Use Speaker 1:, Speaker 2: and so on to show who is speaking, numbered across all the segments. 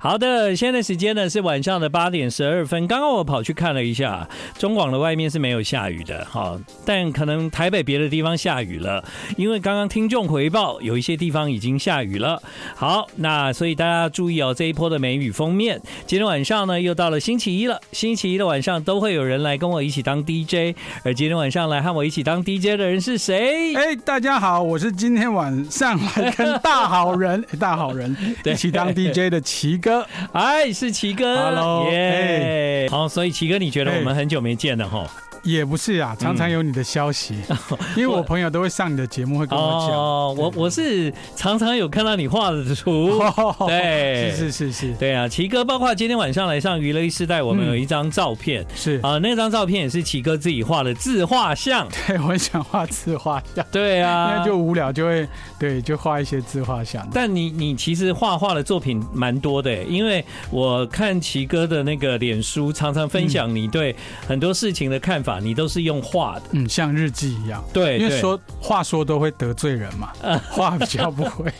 Speaker 1: 好的，现在时间呢是晚上的八点十二分。刚刚我跑去看了一下，中广的外面是没有下雨的，哈，但可能台北别的地方下雨了，因为刚刚听众回报有一些地方已经下雨了。好，那所以大家注意哦，这一波的梅雨封面，今天晚上呢又到了星期一了，星期一的晚上都会有人来跟我一起当 DJ，而今天晚上来和我一起当 DJ 的人是谁？
Speaker 2: 哎、大家好，我是今天晚上来跟大好人、 哎大好人
Speaker 1: 对
Speaker 2: 一起当 DJ 的奇哥。
Speaker 1: 哎，是奇哥
Speaker 2: Hello，
Speaker 1: 耶！好，所以奇哥，你觉得我们很久没见了哈？
Speaker 2: 也不是
Speaker 1: 嗯
Speaker 2: 啊，常常有你的消息， 因为我朋友都会上你的节目，会跟我讲。
Speaker 1: 哦，我我是常常有看到你画的 图，哦对
Speaker 2: 哦是是是是
Speaker 1: 对啊，奇哥，包括今天晚上来上娱乐一时代，我们
Speaker 2: 嗯
Speaker 1: 有一张照片
Speaker 2: 是，
Speaker 1: 啊、那张照片也是奇哥自己画的自画像，
Speaker 2: 对，我很想画自画像，
Speaker 1: 对啊
Speaker 2: 那，就无聊就会对，就画一些自画像。
Speaker 1: 但你你其实画画的作品蛮多的耶，因为我看奇哥的那个脸书，常常分享你对很多事情的看法，你都是用画的，
Speaker 2: 嗯，像日记一样。
Speaker 1: 对，
Speaker 2: 因为
Speaker 1: 哎对
Speaker 2: 说话说都会得罪人 嘛，话比较不会。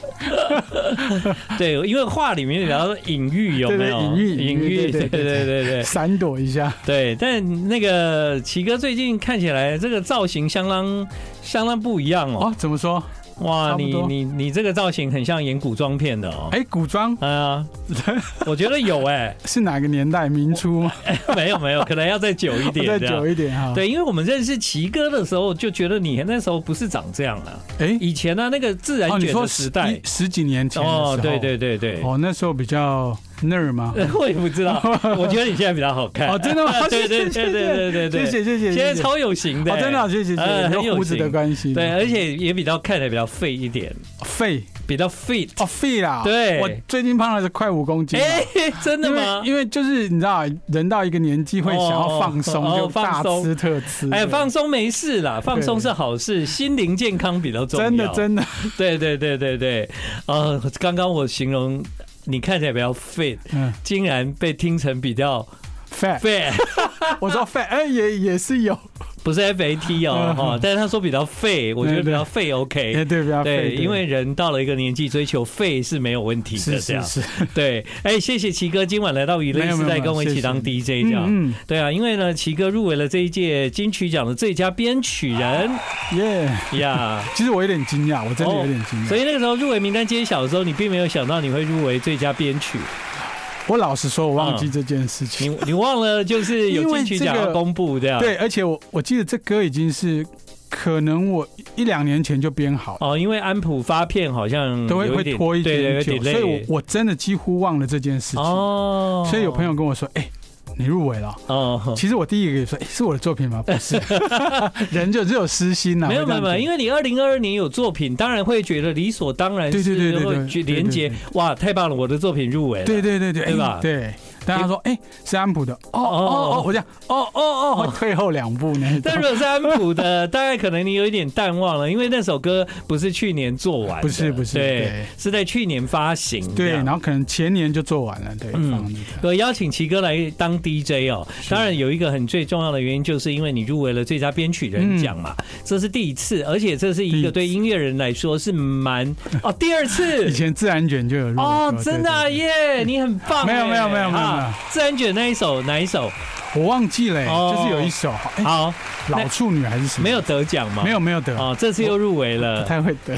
Speaker 1: 对，因为画里面聊到隐喻有没有？
Speaker 2: 对对隐喻
Speaker 1: 隐
Speaker 2: 隐喻
Speaker 1: 喻，
Speaker 2: 对
Speaker 1: 对
Speaker 2: 对
Speaker 1: 对对
Speaker 2: 对
Speaker 1: 对对
Speaker 2: 闪躲一下，
Speaker 1: 对。但那个奇哥最近看起来这个造型相当相当不一样哦。
Speaker 2: 哦，怎么说？
Speaker 1: 哇，
Speaker 2: 差不
Speaker 1: 你
Speaker 2: 多
Speaker 1: 你你这个造型很像演古装片的哦。
Speaker 2: 哎、古装
Speaker 1: 哎呀， 我觉得有哎、
Speaker 2: 是哪个年代？明初吗？
Speaker 1: 没有没有，可能要再久一点
Speaker 2: 再
Speaker 1: 这样
Speaker 2: 久。一点哈。，
Speaker 1: 对，因为我们认识奇哥的时候，就觉得你那时候不是长这样了。
Speaker 2: 哎、
Speaker 1: 以前啊呢、那个自然
Speaker 2: 哦，你
Speaker 1: 卷的
Speaker 2: 说
Speaker 1: 时
Speaker 2: 十
Speaker 1: 代哦
Speaker 2: 一，十几年前的时候，
Speaker 1: 对对对对，呃
Speaker 2: 哦，那时候比较那儿吗？
Speaker 1: 我也不知 道，我觉得你现在比较好看。
Speaker 2: 哦，真的吗？
Speaker 1: 呃对对对对对对对，
Speaker 2: 谢谢谢谢，
Speaker 1: 现在
Speaker 2: 谢谢
Speaker 1: 超有型的、
Speaker 2: 哦，真的、啊，谢谢谢
Speaker 1: 呃
Speaker 2: 谢，
Speaker 1: 很有
Speaker 2: 有胡子
Speaker 1: 型
Speaker 2: 的关系，
Speaker 1: 对，而且也比较看起来比较废一点，
Speaker 2: 肺
Speaker 1: 比较 fit。
Speaker 2: 哦肺啦，
Speaker 1: 对
Speaker 2: 我最近胖了快五公斤了。啊
Speaker 1: 哎、真的
Speaker 2: 因为
Speaker 1: 吗？
Speaker 2: 因为就是你知道，啊人到一个年纪会想
Speaker 1: 哦
Speaker 2: 要放松，
Speaker 1: 哦
Speaker 2: 就
Speaker 1: 放
Speaker 2: 大
Speaker 1: 松
Speaker 2: 吃特吃。
Speaker 1: 哎，
Speaker 2: 对
Speaker 1: 放松没事啦，放松是好事，心灵健康比较重要。
Speaker 2: 真的真的，
Speaker 1: 对对对对对，呃，刚刚我形容你看起来比较 fit，
Speaker 2: 嗯
Speaker 1: 竟然被听成比较
Speaker 2: ，fat，
Speaker 1: fit，
Speaker 2: 我说 fat，哎也也是有，
Speaker 1: 不是 fat 哦
Speaker 2: 嗯
Speaker 1: 哈，但是他说比较废，我觉得比较废 OK。
Speaker 2: 哎 对，不要 fat，
Speaker 1: 对，因为人到了一个年纪，追求废是没有问题的。
Speaker 2: 是
Speaker 1: 这
Speaker 2: 是
Speaker 1: 样，
Speaker 2: 是，
Speaker 1: 对，哎，谢谢奇哥今晚来到娱乐
Speaker 2: 没有
Speaker 1: 时代
Speaker 2: 没有
Speaker 1: 跟我一起
Speaker 2: 谢谢
Speaker 1: 当 DJ 这样。
Speaker 2: 嗯
Speaker 1: 对啊，因为呢，奇哥入围了这一届金曲奖的最佳编曲人
Speaker 2: 嗯耶。
Speaker 1: 呀，
Speaker 2: 其实我有点惊讶，我真的有点惊讶。
Speaker 1: 所以那个时候入围名单揭晓的时候，你并没有想到你会入围最佳编曲，
Speaker 2: 我老实说，我忘
Speaker 1: 嗯
Speaker 2: 记这件事情。
Speaker 1: 你你忘了就是有
Speaker 2: 因为
Speaker 1: 金曲奖
Speaker 2: 这个
Speaker 1: 要公布这样。
Speaker 2: 对，而且我我记得这歌已经是可能我一两年前就编好，
Speaker 1: 哦，因为安普发片好像
Speaker 2: 都会
Speaker 1: 嗯有
Speaker 2: 会
Speaker 1: 点
Speaker 2: 拖一
Speaker 1: 对对
Speaker 2: 点
Speaker 1: 有
Speaker 2: 久，
Speaker 1: 点累
Speaker 2: 所以我我真的几乎忘了这件事情。
Speaker 1: 哦，
Speaker 2: 所以有朋友跟我说：“哎，你入围了。”
Speaker 1: 哦。
Speaker 2: 其实我第一个也说：“哎，是我的作 品吗？”不是， 人就只有私心呐。
Speaker 1: 没有没有没有，因
Speaker 2: 为
Speaker 1: 为你二零二二年有作品，当然会觉得理所当然，
Speaker 2: 对对对对对
Speaker 1: 会去
Speaker 2: 对对
Speaker 1: 连接
Speaker 2: 对
Speaker 1: 哇，太棒了，我的作品入围了，
Speaker 2: 对对对对，
Speaker 1: 对
Speaker 2: 哎
Speaker 1: 吧
Speaker 2: 对，大家说：“哎，是安普的。”哦
Speaker 1: 哦
Speaker 2: 哦
Speaker 1: 哦
Speaker 2: 哦，我讲：“哦哦哦， 会退后两步那种
Speaker 1: 但。如果是安普的，大概可能你有一点淡忘了，因为那首歌不是去年做完的，
Speaker 2: 不是不是
Speaker 1: 对
Speaker 2: 对，
Speaker 1: 是在去年发行。”
Speaker 2: 对，
Speaker 1: 这样
Speaker 2: 然后可能前年就做完了，对，
Speaker 1: 啊嗯
Speaker 2: 放着这样
Speaker 1: 我邀请奇哥来当 DJ 哦，当然有一个很最重要的原因，就是因为你入围了最佳编曲人奖嘛，
Speaker 2: 嗯
Speaker 1: 这是第一次，而且这是一个对音乐人来说是 蛮哦第二次
Speaker 2: 以前自然卷就有入
Speaker 1: 哦
Speaker 2: 过，对
Speaker 1: 真的啊
Speaker 2: 对对
Speaker 1: 耶，你很棒耶，
Speaker 2: 没有没有没有没有
Speaker 1: 啊
Speaker 2: 没有
Speaker 1: 自然卷那一首哪一首？
Speaker 2: 我忘记了、
Speaker 1: 哦
Speaker 2: 就是有一首哎
Speaker 1: 好，
Speaker 2: 老处女还是什么，
Speaker 1: 没有得奖吗？
Speaker 2: 没有没有得，
Speaker 1: 哦，这次又入围
Speaker 2: 不
Speaker 1: 了，
Speaker 2: 太会 得。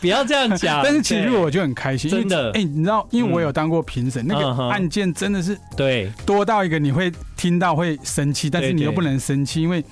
Speaker 1: 不要这样讲。
Speaker 2: 但是其实
Speaker 1: 对
Speaker 2: 我就很开心，因为
Speaker 1: 真的
Speaker 2: 哎、你知道，因为我有当过评审，那
Speaker 1: 嗯
Speaker 2: 个
Speaker 1: 哼
Speaker 2: 案件真的是
Speaker 1: 对
Speaker 2: 多到一个你会听到会生气，但是你
Speaker 1: 对
Speaker 2: 又不能生气，因为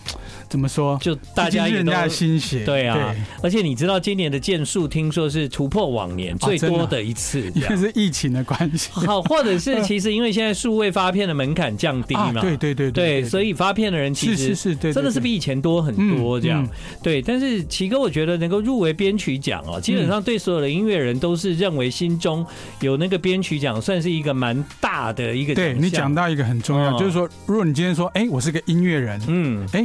Speaker 2: 怎么说，
Speaker 1: 就大家
Speaker 2: 毕竟是
Speaker 1: 也
Speaker 2: 人
Speaker 1: 都
Speaker 2: 家的心血，
Speaker 1: 对啊，而且你知道今年的件数听说是突破往年最
Speaker 2: 真的
Speaker 1: 多
Speaker 2: 啊
Speaker 1: 的一 次，这
Speaker 2: 因为
Speaker 1: 样。
Speaker 2: 是疫情的关系
Speaker 1: 好，或者 是其实因为现在数位发片的门槛降 低
Speaker 2: 啊
Speaker 1: 嘛，，
Speaker 2: 对对对
Speaker 1: 对，所
Speaker 2: 以
Speaker 1: 以发片的人其
Speaker 2: 是是
Speaker 1: 实
Speaker 2: 是，对，对
Speaker 1: 真的是
Speaker 2: 对
Speaker 1: 比以前多很多
Speaker 2: 嗯
Speaker 1: 这样
Speaker 2: 嗯。
Speaker 1: 对，但是奇哥，我觉得能够入围编曲奖哦，基本上对所有的音乐人都是认为心中有那个编曲奖，算是一个蛮大的一个
Speaker 2: 对
Speaker 1: 奖
Speaker 2: 你
Speaker 1: 项
Speaker 2: 讲。到一个很重要，
Speaker 1: 嗯
Speaker 2: 就是说，如果你今天说，哎、我是个音乐人，
Speaker 1: 嗯
Speaker 2: 哎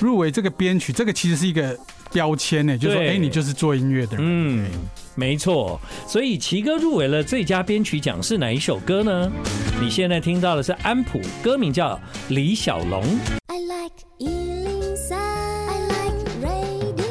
Speaker 2: 入围这个编曲，这个其实是一个标签呢，就是说，
Speaker 1: 对
Speaker 2: 哎、你就是做音乐的人。
Speaker 1: 嗯，没错。所以奇哥入围了最佳编曲奖是哪一首歌呢？你现在听到的是安普，歌名叫《李小龙》。
Speaker 3: I like Ealing Sound. I like radio.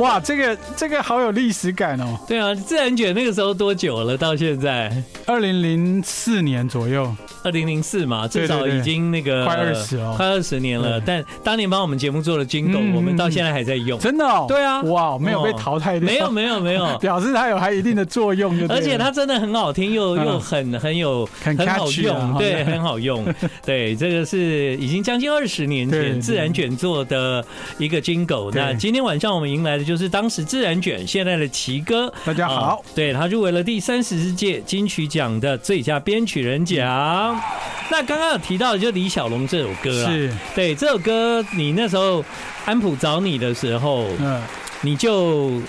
Speaker 2: 哇，这个这个好有历史感哦。
Speaker 1: 对啊，自然卷那个时候多久了？到现在
Speaker 2: 二零零四年左右，
Speaker 1: 二零零四嘛，至少
Speaker 2: 对对对
Speaker 1: 已经那个
Speaker 2: 快20哦
Speaker 1: 快二十年了。
Speaker 2: 对
Speaker 1: 但当年帮我们节目做的金狗，
Speaker 2: 嗯
Speaker 1: 我们到现在还在 用。
Speaker 2: 真的哦。
Speaker 1: 对啊
Speaker 2: 哇，没有被
Speaker 1: 哦
Speaker 2: 淘汰掉，，
Speaker 1: 没有没有没有
Speaker 2: 表示它有它一定的作用就对了，
Speaker 1: 而且它真的很好听，又
Speaker 2: 嗯
Speaker 1: 又很很有
Speaker 2: 很
Speaker 1: 好
Speaker 2: catchy 啊
Speaker 1: 用，
Speaker 2: 好
Speaker 1: 对，
Speaker 2: 像
Speaker 1: 很好用， 对，这个是已经将近二十年
Speaker 2: 对
Speaker 1: 前
Speaker 2: 对
Speaker 1: 自然卷做的一个金狗。
Speaker 2: 对
Speaker 1: 那今天晚上我们迎来的就是当时自然卷现在的奇哥，
Speaker 2: 大家
Speaker 1: 啊
Speaker 2: 好，
Speaker 1: 对他入围了第三十四届金曲奖的最佳编曲人奖。那刚刚有提到的就李小龙这首歌啊，
Speaker 2: 嗯是
Speaker 1: 对这首歌，你那时候安普找你的时候，
Speaker 2: 嗯
Speaker 1: 你就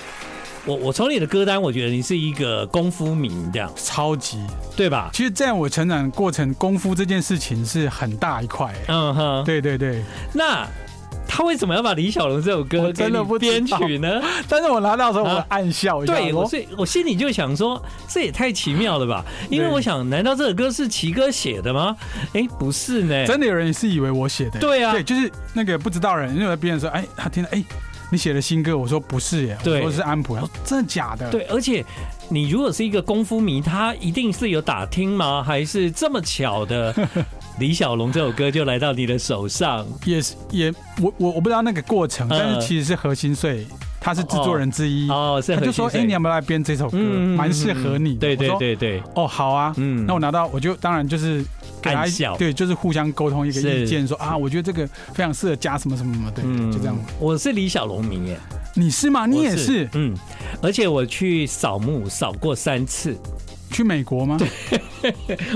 Speaker 1: 我我从你的歌单，我觉得你是一个功夫迷，这样
Speaker 2: 超级。
Speaker 1: 对吧？
Speaker 2: 其实，在我成长过程，功夫这件事情是很大一块。
Speaker 1: 嗯哼，
Speaker 2: 对对对，
Speaker 1: 那他为什么要把李小龙这首歌
Speaker 2: 我
Speaker 1: 给
Speaker 2: 真
Speaker 1: 你
Speaker 2: 的不知
Speaker 1: 编
Speaker 2: 道
Speaker 1: 曲 呢？
Speaker 2: 但是我拿到的时候，我
Speaker 1: 啊
Speaker 2: 暗笑一下，
Speaker 1: 对，我
Speaker 2: 我
Speaker 1: 所以我心里就想说，这也太奇妙了吧？因为
Speaker 2: 对
Speaker 1: 我想，难道这首歌是奇哥写的吗？哎，不是呢，
Speaker 2: 真的有人是以为我写的。
Speaker 1: 对啊
Speaker 2: 对，就是那个不知道人，因为别人说，哎，他听了，哎，你写的新歌，我说不是耶，
Speaker 1: 对
Speaker 2: 我说是安普，他说真的假的？，
Speaker 1: 对，而且你如果是一个功夫迷，他一定是有打听吗？还是这么巧 的？李小龙这首歌就来到你的手上，
Speaker 2: 也是也，我我我不知道那个过程，
Speaker 1: 嗯
Speaker 2: 但是其实是何心碎，他是制作人之一。
Speaker 1: 哦，是
Speaker 2: 他
Speaker 1: 很嗯
Speaker 2: 就说：“哎、你要不要来编这首歌？蛮适合你的。
Speaker 1: 对
Speaker 2: 我
Speaker 1: 对
Speaker 2: 说
Speaker 1: 对对，
Speaker 2: 哦，好啊，
Speaker 1: 嗯，
Speaker 2: 那我拿到我就当然就是给他
Speaker 1: 暗笑
Speaker 2: 对，就是互相沟通一个
Speaker 1: 是
Speaker 2: 意见，说啊，我觉得这个非常适合加什么什么什么，对，就这样。
Speaker 1: 嗯我是李小龙迷耶，
Speaker 2: 你是吗？你
Speaker 1: 我
Speaker 2: 也是
Speaker 1: 嗯，而且我去扫墓扫过三次，
Speaker 2: 去美国吗？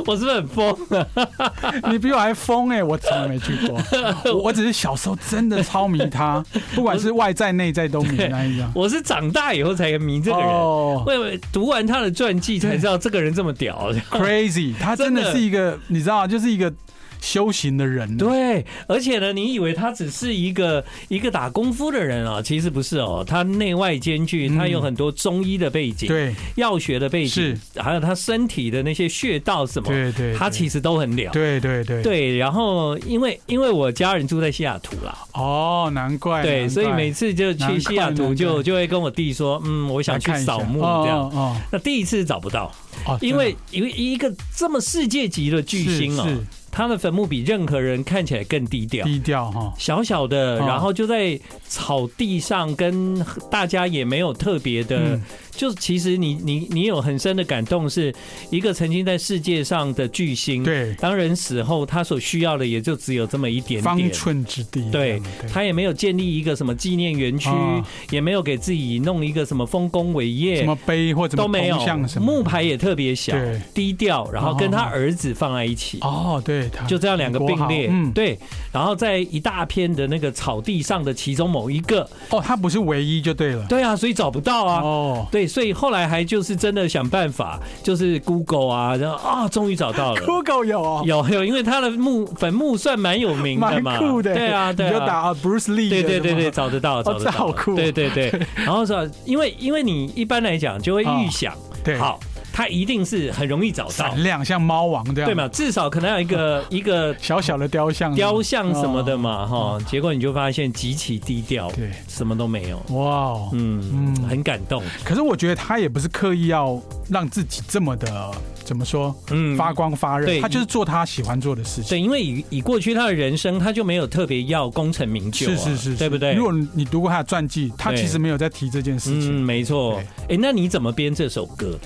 Speaker 1: 我是不是很疯？啊
Speaker 2: 你比我还疯哎、我从来没去过， 我我只是小时候真的超迷他，不管是外在内在都迷那一样。
Speaker 1: 我是长大以后才迷这个人，
Speaker 2: 哦
Speaker 1: 为、为读完他的传记才
Speaker 2: 对
Speaker 1: 知道这个人这么屌。啊
Speaker 2: ，crazy，他真
Speaker 1: 真
Speaker 2: 的
Speaker 1: 的
Speaker 2: 是一个，你知道吗，就是一个修行的 人。
Speaker 1: 对，而且呢，你以为他只是一个一个打功夫的人啊，其实不是哦，他内外兼具，他有
Speaker 2: 嗯
Speaker 1: 很多中医的背景、
Speaker 2: 对
Speaker 1: 药学的背景，还有他身体的那些穴道什么，
Speaker 2: 对对，
Speaker 1: 他其
Speaker 2: 实
Speaker 1: 实都很了。
Speaker 2: 对对对
Speaker 1: 对，然后因为因为我家人住在西雅图啦，
Speaker 2: 哦，难怪
Speaker 1: 对，所以每次就去
Speaker 2: 难怪
Speaker 1: 西雅
Speaker 2: 难
Speaker 1: 图
Speaker 2: 怪
Speaker 1: 就就会跟我弟说，嗯，我想去扫墓这样。
Speaker 2: 哦哦
Speaker 1: 那第一次找不到，
Speaker 2: 哦哦，
Speaker 1: 因为因为一个这么世界级的巨
Speaker 2: 是
Speaker 1: 星哦，
Speaker 2: 是
Speaker 1: 他的坟墓比任何人看起来更低调。
Speaker 2: 低调哈，
Speaker 1: 小小的，
Speaker 2: 哦
Speaker 1: 然后就在草地上，跟大家也没有特别的
Speaker 2: 嗯，
Speaker 1: 就其实你你你有很深的感动，是一个曾经在世界上的巨星，
Speaker 2: 对，
Speaker 1: 当人死后，他所需要的也就只有这么一点
Speaker 2: 方
Speaker 1: 点。
Speaker 2: 寸之地，
Speaker 1: 对他也没有建立一个什么纪念园区，
Speaker 2: 哦
Speaker 1: 也没有给自己弄一个什么丰功伟
Speaker 2: 什
Speaker 1: 业，
Speaker 2: 么碑或者
Speaker 1: 都没有
Speaker 2: 像，什么
Speaker 1: 木牌也特别小，
Speaker 2: 对，
Speaker 1: 低调，然后跟他
Speaker 2: 哦
Speaker 1: 儿子放在一起。
Speaker 2: 哦，对，他
Speaker 1: 就这样两个并列
Speaker 2: 国，豪嗯，
Speaker 1: 对，然后在一大片的那个草地上的其中某一个，
Speaker 2: 哦，他不是唯一就对了，
Speaker 1: 对啊，所以找不到啊，
Speaker 2: 哦，
Speaker 1: 对，所以后来还就是真的想办法，就是 Google 啊，然后啊，终于找到 了，
Speaker 2: Google 有哦，
Speaker 1: 有有，因为他的墓坟墓算蛮有名的
Speaker 2: 蛮
Speaker 1: 嘛，
Speaker 2: 酷的，
Speaker 1: 对啊，对
Speaker 2: 你
Speaker 1: 啊，
Speaker 2: 就打啊 Bruce Lee，
Speaker 1: 对对对对，
Speaker 2: 有什么，
Speaker 1: 找得到，找得
Speaker 2: 这
Speaker 1: 到，
Speaker 2: 好酷哦
Speaker 1: 对对对， 然后说，因为因为你一般来讲就会预想，
Speaker 2: 哦对，，
Speaker 1: 好，它一定是很容易找到
Speaker 2: 闪，亮像猫王这样，
Speaker 1: 对？嘛？至少可能有一 个一个
Speaker 2: 小小的雕像，
Speaker 1: 雕像什么的嘛，哈，结果你就发现极其低调
Speaker 2: 哦，，对，
Speaker 1: 什么都没有。
Speaker 2: 哇哦，
Speaker 1: 嗯，
Speaker 2: 嗯
Speaker 1: 很感动。
Speaker 2: 可是我觉得他也不是刻意要让自己这么的怎么说
Speaker 1: 嗯，
Speaker 2: 发光发热，
Speaker 1: 对
Speaker 2: 他就是做他喜欢做的事情。
Speaker 1: 对，因为以以过去他的人生，他就没有特别要功成名就啊，
Speaker 2: 是是是，
Speaker 1: 对不对？
Speaker 2: 如果你读过他的传记，他
Speaker 1: 对
Speaker 2: 其实没有在提这件事
Speaker 1: 嗯，
Speaker 2: 情。
Speaker 1: 没错
Speaker 2: 对。
Speaker 1: 哎，那你怎么编这首歌？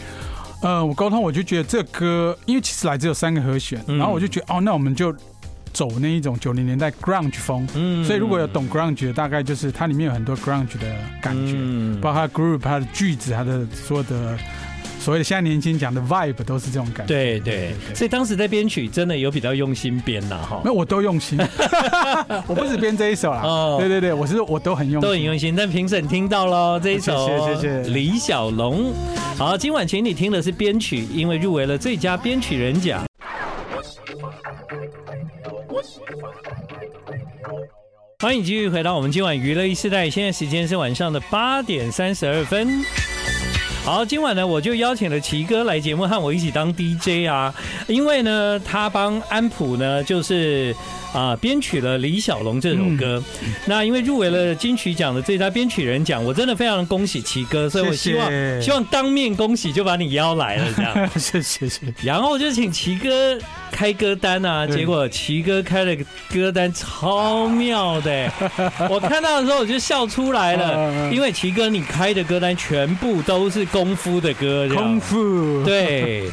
Speaker 2: 呃，我沟通我就觉得这歌，因为其实来只有三个和弦，
Speaker 1: 嗯
Speaker 2: 然后我就觉得哦，那我们就走那一种九零年代 grunge 风。
Speaker 1: 嗯，
Speaker 2: 所以如果有懂 grunge 的，大概就是它里面有很多 grunge 的感觉，
Speaker 1: 嗯
Speaker 2: 包括它的 groove、它的句子、它的所有的所谓的现在年轻讲的 vibe 都是这种感觉。
Speaker 1: 对对，所以当时在编曲真的有比较用心编呐，哈
Speaker 2: 没，有，我都 用心，我不止编这一首啦。
Speaker 1: 哦
Speaker 2: 对对对，我是我都很用
Speaker 1: 都
Speaker 2: 心。
Speaker 1: 很用心。但评审听到喽这一首，
Speaker 2: 谢谢谢谢
Speaker 1: 李小龙。好，今晚请你听的是编曲，因为入围了最佳编曲人奖。欢迎继续回到我们今晚娱乐一时代，现在时间是晚上的八点三十二分。好，今晚呢，我就邀请了奇哥来节目和我一起当 DJ 啊，因为呢，他帮安普呢，就是啊编、曲了李小龙这首歌。
Speaker 2: 嗯
Speaker 1: 那因为入围了金曲奖的最佳编曲人奖，我真的非常恭喜奇哥，所以我希望
Speaker 2: 谢谢
Speaker 1: 希望当面恭喜就把你邀来了这样。
Speaker 2: 谢谢谢，
Speaker 1: 然后就请奇哥开歌单啊，
Speaker 2: 对
Speaker 1: 结果奇哥开了个歌单超妙的 欸、我看到的时候我就笑出来
Speaker 2: 嗯嗯
Speaker 1: 了，
Speaker 2: 嗯
Speaker 1: 因为奇哥你开的歌单全部都是功夫的歌，这样
Speaker 2: 功夫，
Speaker 1: 对。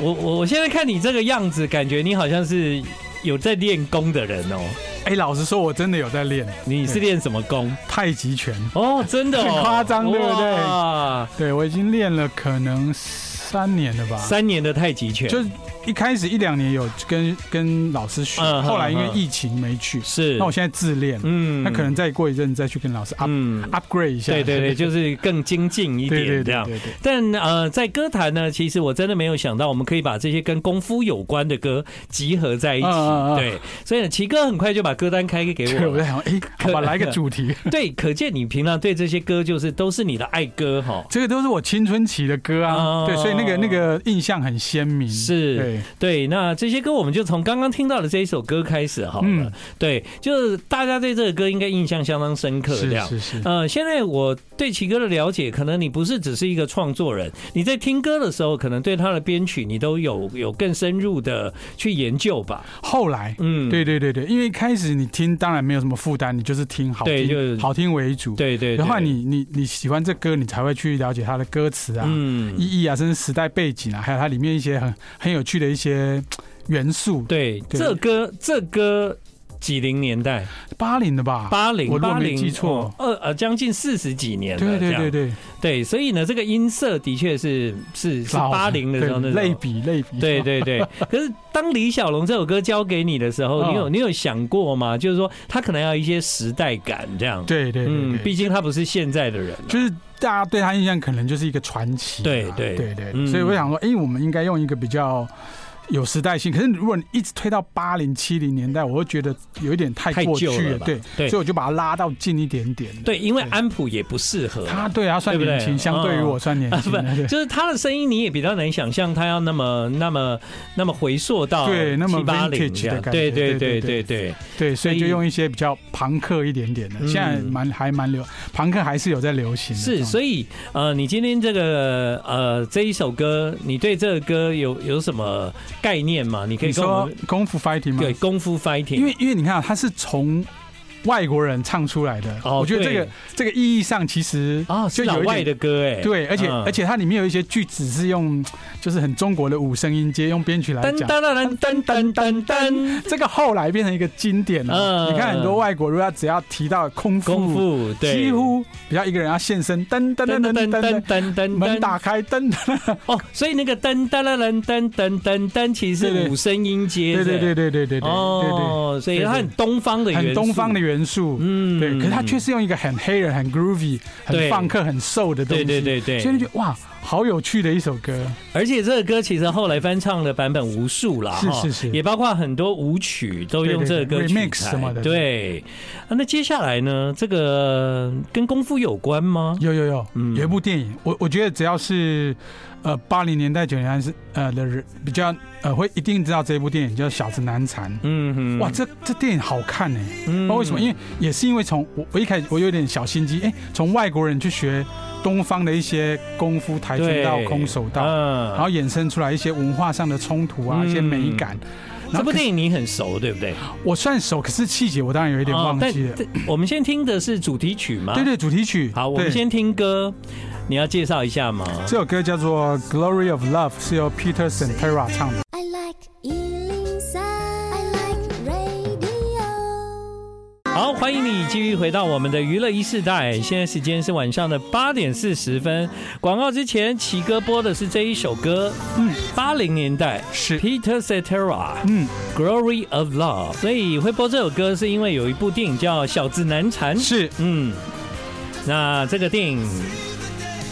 Speaker 1: 我我我现在看你这个样子，感觉你好像是有在练功的人哦。
Speaker 2: 哎，老实说，我真的有在练
Speaker 1: 你是练什么 功？
Speaker 2: 太极拳，
Speaker 1: 哦，真的、哦，
Speaker 2: 很夸张对不对啊
Speaker 1: 哇？
Speaker 2: 对我已经练了可能三年了吧，
Speaker 1: 三年的太极拳，
Speaker 2: 就是一开始一两年有跟跟老师学，
Speaker 1: 嗯哼
Speaker 2: 后来因为
Speaker 1: 哼
Speaker 2: 疫情没去，
Speaker 1: 是
Speaker 2: 那我现在自练，
Speaker 1: 嗯
Speaker 2: 那可能再过一阵再去跟老师 up
Speaker 1: 嗯
Speaker 2: upgrade 一下，
Speaker 1: 对 对对，就是更精进一
Speaker 2: 对
Speaker 1: 点这
Speaker 2: 对对
Speaker 1: 样。
Speaker 2: 对对，
Speaker 1: 但呃，在歌坛呢，其实我真的没有想到，我们可以把这些跟功夫有关的歌集合在一起。
Speaker 2: 嗯嗯嗯
Speaker 1: 对，所以呢，奇哥很快就把歌单开给
Speaker 2: 对
Speaker 1: 我
Speaker 2: 我在
Speaker 1: 了。
Speaker 2: 想，哎，好吧，来个 主题，
Speaker 1: 对，可见你平常对这些歌就是都是你的爱歌哈。
Speaker 2: 这个都是我青春期的歌
Speaker 1: 哦
Speaker 2: 啊，对，所以那个那个印象很鲜明，
Speaker 1: 是
Speaker 2: 对，
Speaker 1: 对，那这些歌我们就从刚刚听到的这一首歌开始好了。
Speaker 2: 嗯
Speaker 1: 对，就是大家对这个歌应该印象相当深刻，这
Speaker 2: 是
Speaker 1: 样。
Speaker 2: 是是，
Speaker 1: 呃，现在我对奇哥的了解，可能你不是只是一个创作人，你在听歌的时候，可能对他的编曲你都有有更深入的去研究吧。
Speaker 2: 后来。
Speaker 1: 嗯，
Speaker 2: 对对对对，因为一开始你听当然没有什么负担，你就是听好
Speaker 1: 对就是
Speaker 2: 听好听为主。
Speaker 1: 对对
Speaker 2: 然后
Speaker 1: 对
Speaker 2: 你你你喜欢这歌，你才会去了解它的歌词啊、
Speaker 1: 嗯，
Speaker 2: 意义啊，甚至时代背景啊，还有它里面一些很很有趣的一些元素。
Speaker 1: 对，
Speaker 2: 对
Speaker 1: 这歌这歌。几零年代，
Speaker 2: 八零的吧？
Speaker 1: 八零
Speaker 2: 我如果
Speaker 1: 八
Speaker 2: 没
Speaker 1: 零，
Speaker 2: 记错
Speaker 1: 哦二呃将近四十几年了，
Speaker 2: 对对
Speaker 1: 这
Speaker 2: 对
Speaker 1: 样
Speaker 2: 对，
Speaker 1: 对，所以呢，这个音色的确是是是
Speaker 2: 老
Speaker 1: 八零的时候那
Speaker 2: 对
Speaker 1: 种
Speaker 2: 类比类比。
Speaker 1: 对对 对，可是当李小龙这首歌交给你的时候，你有
Speaker 2: 哦
Speaker 1: 你有想过吗？就是说他可能要一些时代感这样。
Speaker 2: 对对对
Speaker 1: 嗯，
Speaker 2: 对
Speaker 1: 毕竟他不是现在的人啊。
Speaker 2: 就是大家对他印象可能就是一个传奇啊。
Speaker 1: 对对
Speaker 2: 对对，
Speaker 1: 嗯
Speaker 2: 所以我想说，哎、我们应该用一个比较。有时代性，可是如果你一直推到八零七零年代，我会觉得有一点太
Speaker 1: 太
Speaker 2: 过
Speaker 1: 旧
Speaker 2: 去
Speaker 1: 了吧
Speaker 2: 对，
Speaker 1: 对
Speaker 2: 所以我就把它拉到近一点点。
Speaker 1: 对，因为安普也不适合啊。
Speaker 2: 他对他算
Speaker 1: 对不对
Speaker 2: 年轻，相对于我算年
Speaker 1: 啊
Speaker 2: 轻
Speaker 1: 不
Speaker 2: 的， 对
Speaker 1: 就是他的声音，你也比较难想象他要那么、那么、那么回溯到
Speaker 2: 对那么
Speaker 1: 七八零
Speaker 2: vintage
Speaker 1: 这样
Speaker 2: 的。感
Speaker 1: 对
Speaker 2: 觉
Speaker 1: 对对
Speaker 2: 对对
Speaker 1: 对
Speaker 2: 对
Speaker 1: 对，
Speaker 2: 对，所以
Speaker 1: 所
Speaker 2: 就
Speaker 1: 以
Speaker 2: 用一些比较朋克一点点的，
Speaker 1: 嗯
Speaker 2: 现在蛮还蛮流，朋克还是有在流行的。
Speaker 1: 是。所
Speaker 2: 以
Speaker 1: 以呃，你今天这个呃这一首歌，你对这个歌有有什么概念吗？你可以
Speaker 2: 你
Speaker 1: 跟我
Speaker 2: 说
Speaker 1: 们
Speaker 2: 功夫 fighting 吗
Speaker 1: 对？功夫 fighting，
Speaker 2: 因为因为你看，他啊是从外国人唱出来的，
Speaker 1: 哦
Speaker 2: 我觉得这
Speaker 1: 对
Speaker 2: 个这个意义上其实
Speaker 1: 啊是
Speaker 2: 就有
Speaker 1: 老
Speaker 2: 一点
Speaker 1: 外的歌哎，
Speaker 2: 对，而且
Speaker 1: 嗯
Speaker 2: 而且它里面有一些句子是用就是很中国的五声音阶用编曲来
Speaker 1: 噔
Speaker 2: 讲。
Speaker 1: 噔噔噔噔噔噔，
Speaker 2: 这个后来变成一个经典了。
Speaker 1: 嗯
Speaker 2: 你看很多外国，如果他只要提到功夫，
Speaker 1: 功夫对，
Speaker 2: 几乎比较一个人要现身，噔噔
Speaker 1: 噔噔
Speaker 2: 噔噔
Speaker 1: 噔
Speaker 2: 噔
Speaker 1: 噔
Speaker 2: 噔，
Speaker 1: 噔噔
Speaker 2: 门打开，噔，
Speaker 1: 哦，所以那个噔噔噔噔噔噔噔，其实
Speaker 2: 对
Speaker 1: 是
Speaker 2: 对
Speaker 1: 五声音阶，
Speaker 2: 对对对对对对对对
Speaker 1: 哦，所以它
Speaker 2: 对对
Speaker 1: 很东方的
Speaker 2: 对，
Speaker 1: 元素，
Speaker 2: 很东方的，元素，
Speaker 1: 嗯
Speaker 2: 对。可是他却是用一个很黑人、很 groovy、
Speaker 1: 对
Speaker 2: 很放克、很瘦的东
Speaker 1: 对
Speaker 2: 西，
Speaker 1: 对对对，
Speaker 2: 所以就觉得哇，好有趣的一首歌，
Speaker 1: 而且这个歌其实后来翻唱的版本无数啦，
Speaker 2: 是
Speaker 1: 哈
Speaker 2: 是是
Speaker 1: 也包括很多舞曲都用这个歌
Speaker 2: 对对
Speaker 1: 曲
Speaker 2: 对
Speaker 1: 材
Speaker 2: remix 什么的
Speaker 1: 对，啊那接下来呢，这个跟功夫有关吗？
Speaker 2: 有有有。
Speaker 1: 嗯
Speaker 2: 有一部电影，我我觉得只要是呃八零年代、九零年代是呃的人比较呃会一定知道这部电影叫《小子难缠》。
Speaker 1: 嗯哼
Speaker 2: 哇，这这电影好看呢、不知
Speaker 1: 嗯
Speaker 2: 道为什么，因为也是因为从我我一开始我有点小心机，哎、从外国人去学东方的一些功夫、跆拳道、
Speaker 1: 对
Speaker 2: 空手道，
Speaker 1: 嗯
Speaker 2: 然后衍生出来一些文化上的冲突啊，
Speaker 1: 嗯
Speaker 2: 一些美感。
Speaker 1: 这
Speaker 2: 然后
Speaker 1: 部
Speaker 2: 可是
Speaker 1: 电影你很熟，对不对？
Speaker 2: 我算熟，可是细节我当然有一点忘记了。
Speaker 1: 哦但但我们先听的是主题曲吗？
Speaker 2: 对对，主题曲。
Speaker 1: 啊好，我们
Speaker 2: 对
Speaker 1: 先听歌，你要介绍一下吗？
Speaker 2: 这首歌叫做《Glory of Love》，是由 Peter Santera 唱的。
Speaker 3: I like Ealing Sound. I like radio.
Speaker 1: 好，欢迎你继续回到我们的娱乐一世代，现在时间是晚上的八点四十分。广告之前，奇哥播的是这一首歌，嗯
Speaker 2: 嗯，
Speaker 1: 八零年代
Speaker 2: 是
Speaker 1: Peter Cetera
Speaker 2: 嗯，
Speaker 1: 《Glory of Love》，所以会播这首歌是因为有一部电嗯影叫《小子难缠》，
Speaker 2: 是
Speaker 1: 嗯，那这个电影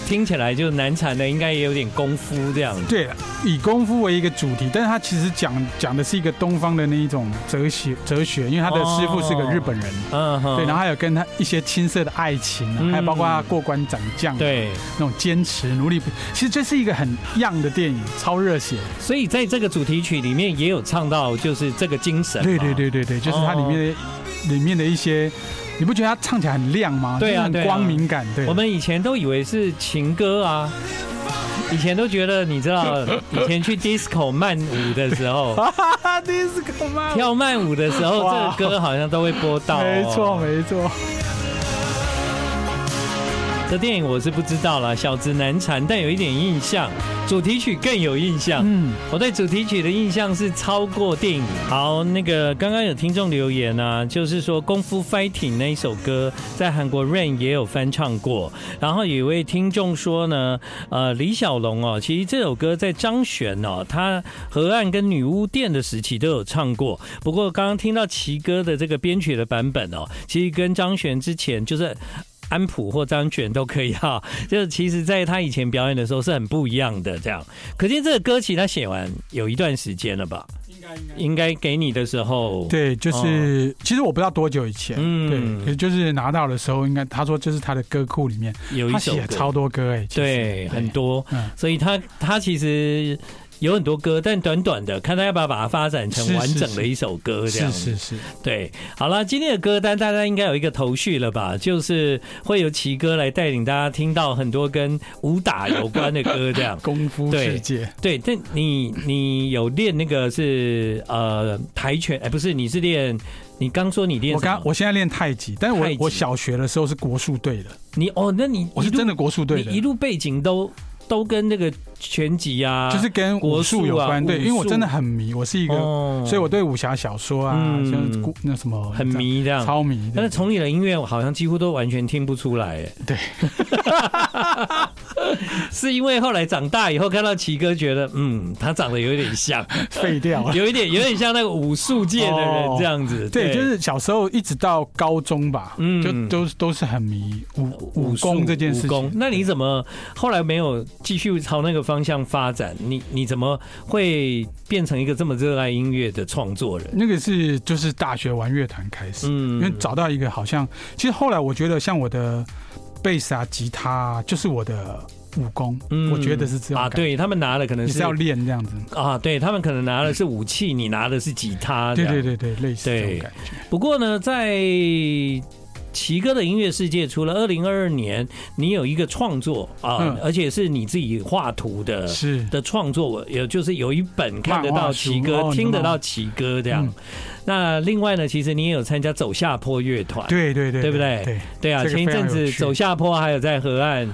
Speaker 1: 听起来就难产的应该也有点功夫这样子。
Speaker 2: 对，以功夫为一个主题，但是他其实讲讲的是一个东方的那一种哲学哲学，因为他的师傅是个日本人，
Speaker 1: 嗯哼，
Speaker 2: 对，然后还有跟他一些青涩的爱情啊，
Speaker 1: 嗯
Speaker 2: 还有包括他过关斩将、啊，，
Speaker 1: 对，
Speaker 2: 那种坚持努力，其实这是一个很样的电影，超热血。
Speaker 1: 所以在这个主题曲里面也有唱到，就是这个精神。
Speaker 2: 对对，对对对，就是它里面的、
Speaker 1: 哦
Speaker 2: 里面的一些，你不觉得它唱起来很亮吗？
Speaker 1: 对啊
Speaker 2: 就是
Speaker 1: 对啊
Speaker 2: 很光明感。对，
Speaker 1: 我 们以前都以为是情歌啊。以前都觉得，你知道， 以前去 disco 慢舞的时候，
Speaker 2: 哈哈哈，第一次看吗？
Speaker 1: 跳慢舞的时候，这个
Speaker 2: 哇
Speaker 1: 歌好像都会播到、哦。
Speaker 2: 没错没错，
Speaker 1: 这电影我是不知道啦，小子难缠，但有一点印象，主题曲更有印象。
Speaker 2: 嗯，
Speaker 1: 我对主题曲的印象是超过电影。好，那个刚刚有听众留言啊，就是说《功夫 fighting》那一首歌在韩国 Rain 也有翻唱过。然后有一位听众说呢，呃，李小龙哦，其实这首歌在张悬哦，他河岸跟女巫店的时期都有唱过。不过刚刚听到奇哥的这个编曲的版本哦，其实跟张悬之前就是。安普或张悬都可以哈、 就是其实，在他以前表演的时候是很不一样的这样。可见这个歌其实他写完有一段时间了吧？
Speaker 2: 应该应该。
Speaker 1: 应该给你的时候，
Speaker 2: 对，就是、其实我不知道多久以前，
Speaker 1: 哦嗯
Speaker 2: 对，可是就是拿到的时候，应该他说这是他的歌库里面，
Speaker 1: 有一
Speaker 2: 他
Speaker 1: 首
Speaker 2: 写
Speaker 1: 歌，
Speaker 2: 超多歌哎、其实
Speaker 1: 对，很，多
Speaker 2: 嗯，
Speaker 1: 所以他他其实有很多歌，但短短的，看他要不要把它发展成
Speaker 2: 是是
Speaker 1: 完整的一首歌这
Speaker 2: 是
Speaker 1: 样。
Speaker 2: 是是，。
Speaker 1: 对，好了，今天的歌单大家应该有一个头绪了吧？就是会由奇哥来带领大家听到很多跟武打有关的歌这样
Speaker 2: 功夫
Speaker 1: 对
Speaker 2: 世界，
Speaker 1: 对，但你你有练那个是呃跆拳？哎、不是，你是练你刚说你练
Speaker 2: 我
Speaker 1: 什么
Speaker 2: 刚我现在练太极，但是我
Speaker 1: 太极
Speaker 2: 我小学的时候是国术队的，
Speaker 1: 你哦，那你
Speaker 2: 我是
Speaker 1: 一路
Speaker 2: 真的国术队的，
Speaker 1: 你一路背景都都跟那个拳击啊，
Speaker 2: 就是跟武术有关，
Speaker 1: 国术啊
Speaker 2: 对，
Speaker 1: 武术
Speaker 2: 因为我真的很迷，我是一个，
Speaker 1: 哦
Speaker 2: 所以我对武侠小说啊，
Speaker 1: 嗯
Speaker 2: 像古那什么
Speaker 1: 很，迷这样。
Speaker 2: 超迷
Speaker 1: 但
Speaker 2: 的
Speaker 1: 是。从你的音乐，我好像几乎都完全听不出来，哎，
Speaker 2: 对，
Speaker 1: 是因为后来长大以后看到奇哥，觉得嗯，他长得有点像，
Speaker 2: 废掉 了。
Speaker 1: 有一点有点像那个武术界的人
Speaker 2: 哦
Speaker 1: 这样子，
Speaker 2: 对，就是小时候一直到高中吧，
Speaker 1: 嗯
Speaker 2: 就都都是很迷武武
Speaker 1: 武术
Speaker 2: 功这件事
Speaker 1: 武功
Speaker 2: 情。
Speaker 1: 那你怎么后来没有继续朝那个方向发展？你你怎么会变成一个这么热爱音乐的创作人？
Speaker 2: 那个是就是大学玩乐团开始，
Speaker 1: 嗯
Speaker 2: 因为找到一个好像，其实后来我觉得像我的贝斯啊、吉他啊就是我的武功，
Speaker 1: 嗯
Speaker 2: 我觉得是这样
Speaker 1: 啊，对他们拿的可能
Speaker 2: 你
Speaker 1: 是
Speaker 2: 是要练这样子。
Speaker 1: 啊，对他们可能拿的是武器，你拿的是吉他，
Speaker 2: 对对
Speaker 1: 啊对。
Speaker 2: 对对，类似这
Speaker 1: 对
Speaker 2: 种感觉。
Speaker 1: 不过呢，在奇哥的音乐世界，除了二零二二年，你有一个创作啊，
Speaker 2: 嗯
Speaker 1: 而且是你自己画图的。
Speaker 2: 是，
Speaker 1: 的创作，我也就是有一本看得
Speaker 2: 漫
Speaker 1: 到
Speaker 2: 画书
Speaker 1: 奇哥，
Speaker 2: 哦
Speaker 1: 听得
Speaker 2: 你漫
Speaker 1: 到
Speaker 2: 画
Speaker 1: 奇哥这样。
Speaker 2: 嗯
Speaker 1: 那另外呢，其实你也有参加走下坡乐团，
Speaker 2: 对对对，
Speaker 1: 对不对
Speaker 2: 对，
Speaker 1: 对啊，
Speaker 2: 这个
Speaker 1: 前一
Speaker 2: 非常
Speaker 1: 阵子
Speaker 2: 有趣
Speaker 1: 走下坡还有在河岸，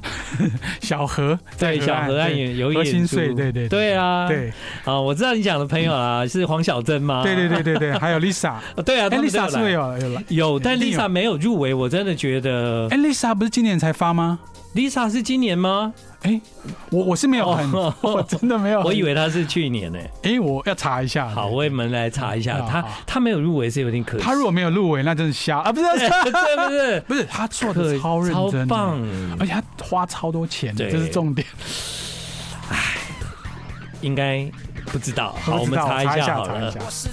Speaker 2: 小河
Speaker 1: 对
Speaker 2: 在
Speaker 1: 小河岸
Speaker 2: 对
Speaker 1: 也有演
Speaker 2: 核心
Speaker 1: 出，
Speaker 2: 碎，对对
Speaker 1: 对啊，
Speaker 2: 对嗯
Speaker 1: 啊，我知道你讲的朋友啊，是黄小珍吗？
Speaker 2: 对对对对 对，还有 Lisa，
Speaker 1: 啊，对啊，
Speaker 2: 哎
Speaker 1: 他们都
Speaker 2: ，Lisa 是不
Speaker 1: 有来。
Speaker 2: 是有有来？
Speaker 1: 有，但
Speaker 2: 一定有
Speaker 1: Lisa 没有入围，我真的觉得
Speaker 2: 哎，Lisa 不是今年才发吗？
Speaker 1: Lisa 是今年吗？
Speaker 2: 哎，我我是没有很，
Speaker 1: 哦
Speaker 2: 我真的没有很，
Speaker 1: 我以为她是去年 呢。
Speaker 2: 哎，我要查一下。
Speaker 1: 好，
Speaker 2: 对
Speaker 1: 我们来查一下，
Speaker 2: 好
Speaker 1: 她
Speaker 2: 好
Speaker 1: 她没有入围是有点可惜，
Speaker 2: 他如果没有入围，那真是瞎啊！不是
Speaker 1: 对不对？
Speaker 2: 不是，他做
Speaker 1: 可
Speaker 2: 的哎超认真，
Speaker 1: 超，棒，
Speaker 2: 而且他花超多钱，
Speaker 1: 对
Speaker 2: 这是重点。
Speaker 1: 应该不知道。好，我
Speaker 2: 不知
Speaker 1: 们
Speaker 2: 道
Speaker 1: 查
Speaker 2: 查
Speaker 1: 一下好
Speaker 2: 查一
Speaker 1: 了
Speaker 2: 下。。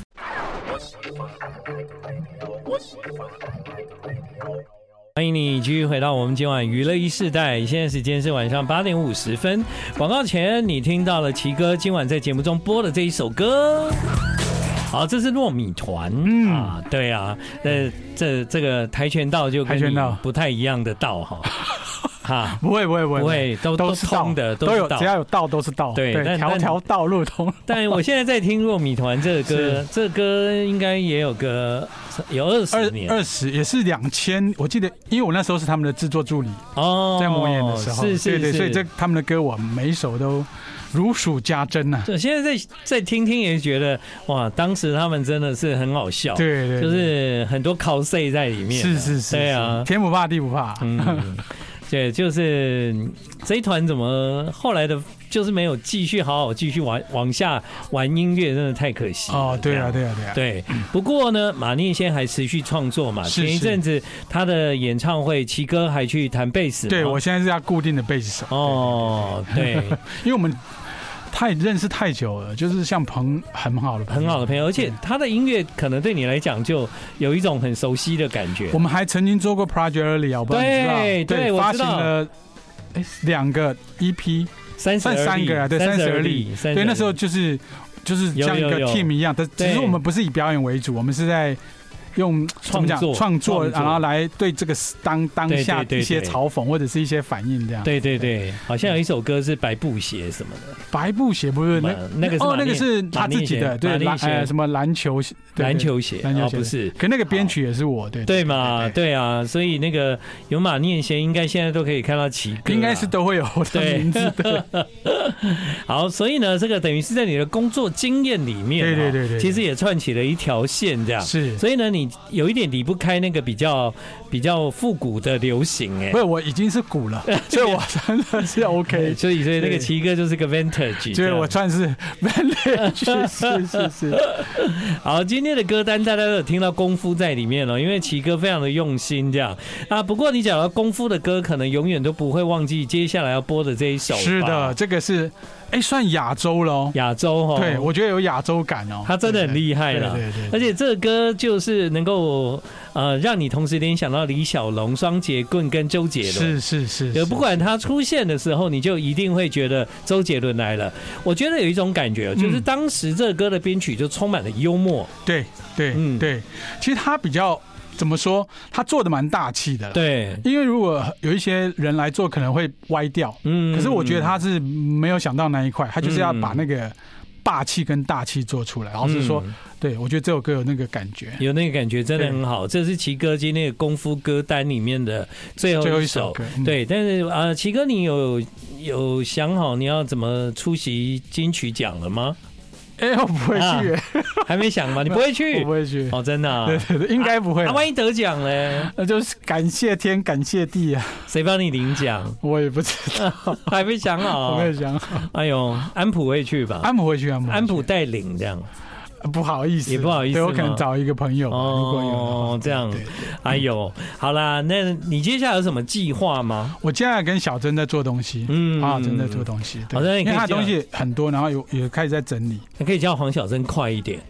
Speaker 1: 欢迎你继续回到我们今晚娱乐一世代，现在时间是晚上八点五十分。广告前你听到了奇哥今晚在节目中播的这一首歌。好，这是糯米团、
Speaker 2: 嗯
Speaker 1: 啊，对啊，那这这个跆拳道就跟
Speaker 2: 跆拳道
Speaker 1: 你不太一样的道 哈，哈，
Speaker 2: 不会不会不
Speaker 1: 不
Speaker 2: 会，
Speaker 1: 会都
Speaker 2: 都
Speaker 1: 都
Speaker 2: 是道
Speaker 1: 通的，都
Speaker 2: 都
Speaker 1: 是
Speaker 2: 有
Speaker 1: 道
Speaker 2: 只要有道都是道，
Speaker 1: 对但
Speaker 2: 条
Speaker 1: 但
Speaker 2: 条道路通。
Speaker 1: 但我现在在听糯米团这个歌
Speaker 2: 是，
Speaker 1: 这个歌应该也有个有二十
Speaker 2: 二
Speaker 1: 年
Speaker 2: 二十也是两千，我记得，因为我那时候是他们的制作助理，
Speaker 1: 哦
Speaker 2: 在魔眼的时候，
Speaker 1: 是是
Speaker 2: 对对，
Speaker 1: 是，
Speaker 2: 所以这他们的歌我每一首都如数家珍啊呐、
Speaker 1: 对，现在在在听听也觉得哇，当时他们真的是很好笑，，
Speaker 2: 对对
Speaker 1: 哦就
Speaker 2: 对
Speaker 1: 是很多 cos 在里面啊，
Speaker 2: 是是是，
Speaker 1: 对啊嗯
Speaker 2: 是，天不怕地不怕，
Speaker 1: 嗯，对，就是这一团怎么后来的就是没有继续好好继续玩往下玩音乐，真的太可惜了
Speaker 2: 哦，对啊，
Speaker 1: 这样
Speaker 2: 对啊，对啊，
Speaker 1: 对，不过呢，马念先还持续创作嘛。
Speaker 2: 是
Speaker 1: 前一
Speaker 2: 是
Speaker 1: 阵子他的演唱会，奇哥还去弹贝斯嘛。
Speaker 2: 对我现在是要固定的贝斯手，
Speaker 1: 哦，对，
Speaker 2: 因为我们太认识太久了，就是像朋很好的朋
Speaker 1: 很
Speaker 2: 友
Speaker 1: 好的朋友，而且
Speaker 2: 嗯
Speaker 1: 他的音乐可能对你来讲就有一种很熟悉的感觉
Speaker 2: 我。们还曾经做过 Project Early 啊，我不知道你知道
Speaker 1: 对对我
Speaker 2: 发
Speaker 1: 知
Speaker 2: 行
Speaker 1: 道
Speaker 2: 了哎两个 E EP，
Speaker 1: 三十而
Speaker 2: 算
Speaker 1: 立
Speaker 2: 三个啊，对，三十而立，
Speaker 1: 三十而
Speaker 2: 对，那时候就是就是
Speaker 1: 有
Speaker 2: 像一个
Speaker 1: 有有
Speaker 2: team 一样，但只是
Speaker 1: 对
Speaker 2: 我们不是以表演为主，我们是在用怎么讲
Speaker 1: 创作
Speaker 2: 创作，
Speaker 1: 创作
Speaker 2: 然后来对这个当当下
Speaker 1: 对对对
Speaker 2: 一些
Speaker 1: 对
Speaker 2: 嘲讽或者是一些反应这样。
Speaker 1: 对对对，好像有一首歌是白布鞋什么的，
Speaker 2: 白布鞋不是那
Speaker 1: 马那个是
Speaker 2: 哦
Speaker 1: 马，
Speaker 2: 那个
Speaker 1: 念
Speaker 2: 是
Speaker 1: 马
Speaker 2: 他
Speaker 1: 念
Speaker 2: 自己
Speaker 1: 先
Speaker 2: 的，
Speaker 1: 马
Speaker 2: 对
Speaker 1: 念
Speaker 2: 篮
Speaker 1: 先
Speaker 2: 呃什么篮球鞋对
Speaker 1: 篮
Speaker 2: 对
Speaker 1: 球鞋，
Speaker 2: 篮球
Speaker 1: 哦
Speaker 2: 鞋
Speaker 1: 不是。
Speaker 2: 可那个编曲也是我，对
Speaker 1: 对嘛？对啊，所以那个有马念先，应该现在都可以看到奇哥啊，
Speaker 2: 应该是都会有我的
Speaker 1: 对
Speaker 2: 名字 的。
Speaker 1: 好，所以呢，这个等于是在你的工作经验里面啊，
Speaker 2: 对对对对对
Speaker 1: 其实也串起了一条线这样。
Speaker 2: 是，
Speaker 1: 所以呢，你有一点离不开那个比较比较复古的流行哎
Speaker 2: 不，是我已经是 鼓了，所以我真的是 OK，
Speaker 1: 所以所以那个
Speaker 2: 对
Speaker 1: 奇哥就是个 vintage，
Speaker 2: 所以
Speaker 1: 这样
Speaker 2: 我算是 village，是是是，
Speaker 1: 好，今天的歌单大家都有听到功夫在里面哦了，因为奇哥非常的用心这样啊。不过你讲到功夫的歌，可能永远都不会忘记接下来要播的这一首吧。
Speaker 2: 是的，这个是哎算亚洲了哦，
Speaker 1: 亚洲哈，
Speaker 2: 对我觉得有亚洲感哦，
Speaker 1: 他真的很厉害
Speaker 2: 对
Speaker 1: 了。
Speaker 2: 对对
Speaker 1: 而
Speaker 2: 对，
Speaker 1: 且这个歌就是能够呃，让你同时联想到李小龙、双截棍跟周杰伦。
Speaker 2: 是是是，
Speaker 1: 呃，
Speaker 2: 是
Speaker 1: 不管他出现的时候，你就一定会觉得周杰伦来了。我觉得有一种感觉，哦就是
Speaker 2: 嗯
Speaker 1: 当时这个歌的编曲就充满了幽默。
Speaker 2: 对对
Speaker 1: 嗯
Speaker 2: 对，其实他比较怎么说，他做的蛮大气的，。
Speaker 1: 对，
Speaker 2: 因为如果有一些人来做，可能会歪掉。
Speaker 1: 嗯
Speaker 2: 可是我觉得他是没有想到那一块，他就是要把那个霸气跟大气做出来。老实说，
Speaker 1: 嗯
Speaker 2: 对我觉得这首歌有那个感觉。
Speaker 1: 有那个感觉真的很好。这是奇哥今天的功夫歌单里面的最后
Speaker 2: 最后
Speaker 1: 一
Speaker 2: 一
Speaker 1: 首
Speaker 2: 首。歌，嗯，
Speaker 1: 对，但是呃，奇哥，你有有想好你要怎么出席金曲奖了 吗？
Speaker 2: 哎，我不会
Speaker 1: 啊
Speaker 2: 去，
Speaker 1: 还没想吗？你不会
Speaker 2: 我
Speaker 1: 去
Speaker 2: 不？会去，
Speaker 1: 哦，真的、啊
Speaker 2: 对。对对，应该不会
Speaker 1: 啊，。万一得奖嘞，
Speaker 2: 那呃就是感谢天，感谢地啊！
Speaker 1: 谁帮你领奖？
Speaker 2: 我也不知道，
Speaker 1: 还没想
Speaker 2: 我
Speaker 1: 好
Speaker 2: 没。有想好。
Speaker 1: 哎呦，安普会去吧？
Speaker 2: 安普会去，啊安普会去，
Speaker 1: 安普带领这样。
Speaker 2: 不好意思，
Speaker 1: 也不好意思
Speaker 2: 对我可
Speaker 1: 吗
Speaker 2: 能找一个朋友吧，如果有的
Speaker 1: 哦
Speaker 2: 话，
Speaker 1: 这样
Speaker 2: 对对
Speaker 1: 哎呦，好啦，那你接下来有什么计划吗？
Speaker 2: 我接下来跟小珍在做东西，
Speaker 1: 嗯
Speaker 2: 啊，真的做东西，对
Speaker 1: 好像也
Speaker 2: 因
Speaker 1: 可以啊
Speaker 2: 为他
Speaker 1: 这
Speaker 2: 的
Speaker 1: 样
Speaker 2: 东西很多，然后有也开始在整理。
Speaker 1: 你可以叫黄小珍快一点。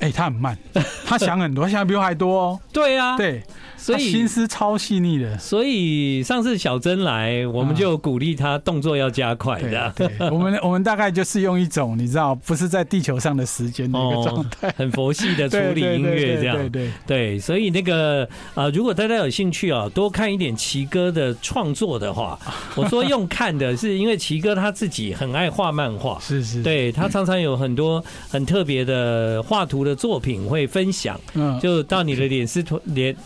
Speaker 2: 哎、他很 慢，他想很多，他想比我还多哦。
Speaker 1: 对啊，，
Speaker 2: 对，
Speaker 1: 所
Speaker 2: 他
Speaker 1: 以
Speaker 2: 心思超细腻的。
Speaker 1: 所以上次小珍来，我们就鼓励她动作要加快
Speaker 2: 对
Speaker 1: 的，
Speaker 2: 对，我们我们大概就是用一种你知道，不是在地球上的时间的一个状态，
Speaker 1: 很佛系哦 的处
Speaker 2: 对
Speaker 1: 理音乐这
Speaker 2: 对对
Speaker 1: 样。
Speaker 2: 对对
Speaker 1: 对，所以那个啊、呃如果大家有兴趣啊，多看一点奇哥的创作的 话，我说用看的是因为奇哥他自己很爱画漫画。
Speaker 2: 是是，，
Speaker 1: 对他常常有很多很特别的画图的作品会分享，
Speaker 2: 嗯，
Speaker 1: 就到你的脸丝团脸，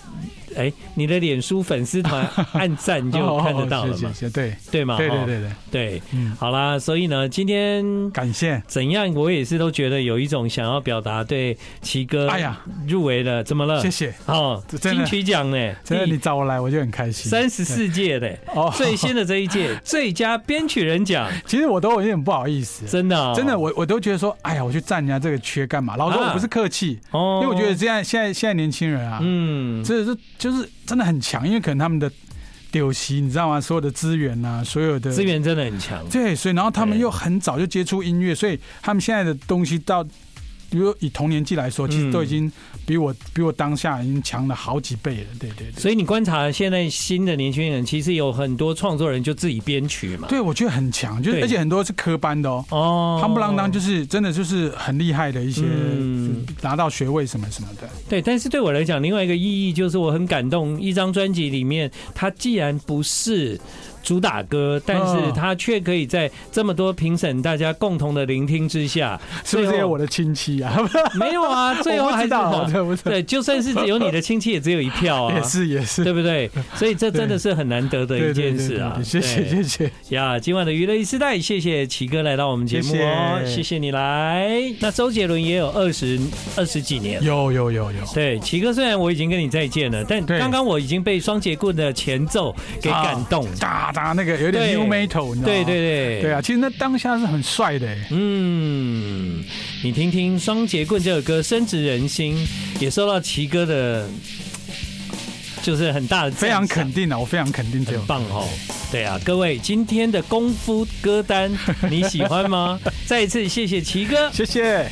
Speaker 1: 哎，你的脸书粉丝团按 赞
Speaker 2: 哦
Speaker 1: 就看得到了
Speaker 2: 谢
Speaker 1: 嘛，
Speaker 2: 谢，对
Speaker 1: 对吗？
Speaker 2: 对对
Speaker 1: 哦
Speaker 2: 对对，
Speaker 1: 对，
Speaker 2: 嗯，
Speaker 1: 好啦，所以呢，今天
Speaker 2: 感谢。
Speaker 1: 怎样，我也是都觉得有一种想要表达对奇哥
Speaker 2: 哎呀，
Speaker 1: 入围了，怎么了
Speaker 2: 谢？谢，
Speaker 1: 哦，
Speaker 2: 真
Speaker 1: 金
Speaker 2: 的
Speaker 1: 曲奖呢，
Speaker 2: 真的你找我来我就很开心。
Speaker 1: 三十四届的
Speaker 2: 哦，
Speaker 1: 最新的这一届最佳编曲人奖，
Speaker 2: 其实我都有点不好意思，
Speaker 1: 真的哦
Speaker 2: 真的，我我都觉得说，哎呀，我去占人家这个缺干嘛？老实说
Speaker 1: 啊
Speaker 2: 我不是客气，
Speaker 1: 哦
Speaker 2: 因为我觉得现在现在现在年轻人啊，
Speaker 1: 嗯，
Speaker 2: 这是就是真的很强，因为可能他们的丢席，你知道吗？所有的资源啊，所有的
Speaker 1: 资，源真的很强，
Speaker 2: 对，所以然后他们
Speaker 1: 对
Speaker 2: 又很早就接触音乐，所以他们现在的东西到，比如以同年纪来说，其
Speaker 1: 嗯
Speaker 2: 实都已经比我比我当下已经强了好几倍了。对对对，
Speaker 1: 所以你观察现在新的年轻人，其实有很多创作人就自己编曲嘛，
Speaker 2: 对我觉得很强，就是
Speaker 1: 对
Speaker 2: 而且很多是科班的哦。
Speaker 1: 哦，
Speaker 2: 他们不啷当就是真的就是很厉害的一些，
Speaker 1: 嗯
Speaker 2: 就拿到学位什么什么的。
Speaker 1: 对，但是对我来讲，另外一个意义就是我很感动，一张专辑里面，它既然不是主打歌，但是
Speaker 2: 嗯
Speaker 1: 它却可以在这么多评审大家共同的聆听之 下，
Speaker 2: 是不
Speaker 1: 最后
Speaker 2: 是有我的亲戚 啊？
Speaker 1: 没有啊，最后
Speaker 2: 我不
Speaker 1: 还
Speaker 2: 知
Speaker 1: 是
Speaker 2: 道我
Speaker 1: 好
Speaker 2: 真的不知道，
Speaker 1: 对，就算是有你的亲戚，也只有一票啊
Speaker 2: 也。 是也是，
Speaker 1: 对不对？所以这真的是很难得的一
Speaker 2: 对对
Speaker 1: 件
Speaker 2: 对
Speaker 1: 事
Speaker 2: 对
Speaker 1: 啊！
Speaker 2: 对谢
Speaker 1: 对
Speaker 2: 谢谢谢。
Speaker 1: 呀今晚的娱乐一时代，谢谢奇哥来到我们节目哦，
Speaker 2: 谢谢
Speaker 1: 谢谢你来。那周杰伦也有二十二十几年。
Speaker 2: 有有有有，
Speaker 1: 对，奇哥，虽然我已经跟你再见了，但
Speaker 2: 哦对
Speaker 1: 刚刚我已经被双节棍的前奏给感动。
Speaker 2: 哒哒那个啊有
Speaker 1: 对
Speaker 2: 点 new metal，你知道吗？
Speaker 1: 对对对
Speaker 2: 对啊，其实那当下是很帅的、
Speaker 1: 啊
Speaker 2: 欸，
Speaker 1: 嗯，你听听《双节棍》这首歌，深植人心，也受到奇哥的，就是很大的
Speaker 2: 非常
Speaker 1: 赞赏
Speaker 2: 肯定啊，我非常肯定这
Speaker 1: 很
Speaker 2: 种。
Speaker 1: 棒哦！对啊，各位，今 天的功夫歌单你喜欢吗？再一次谢谢奇哥。
Speaker 2: 谢谢。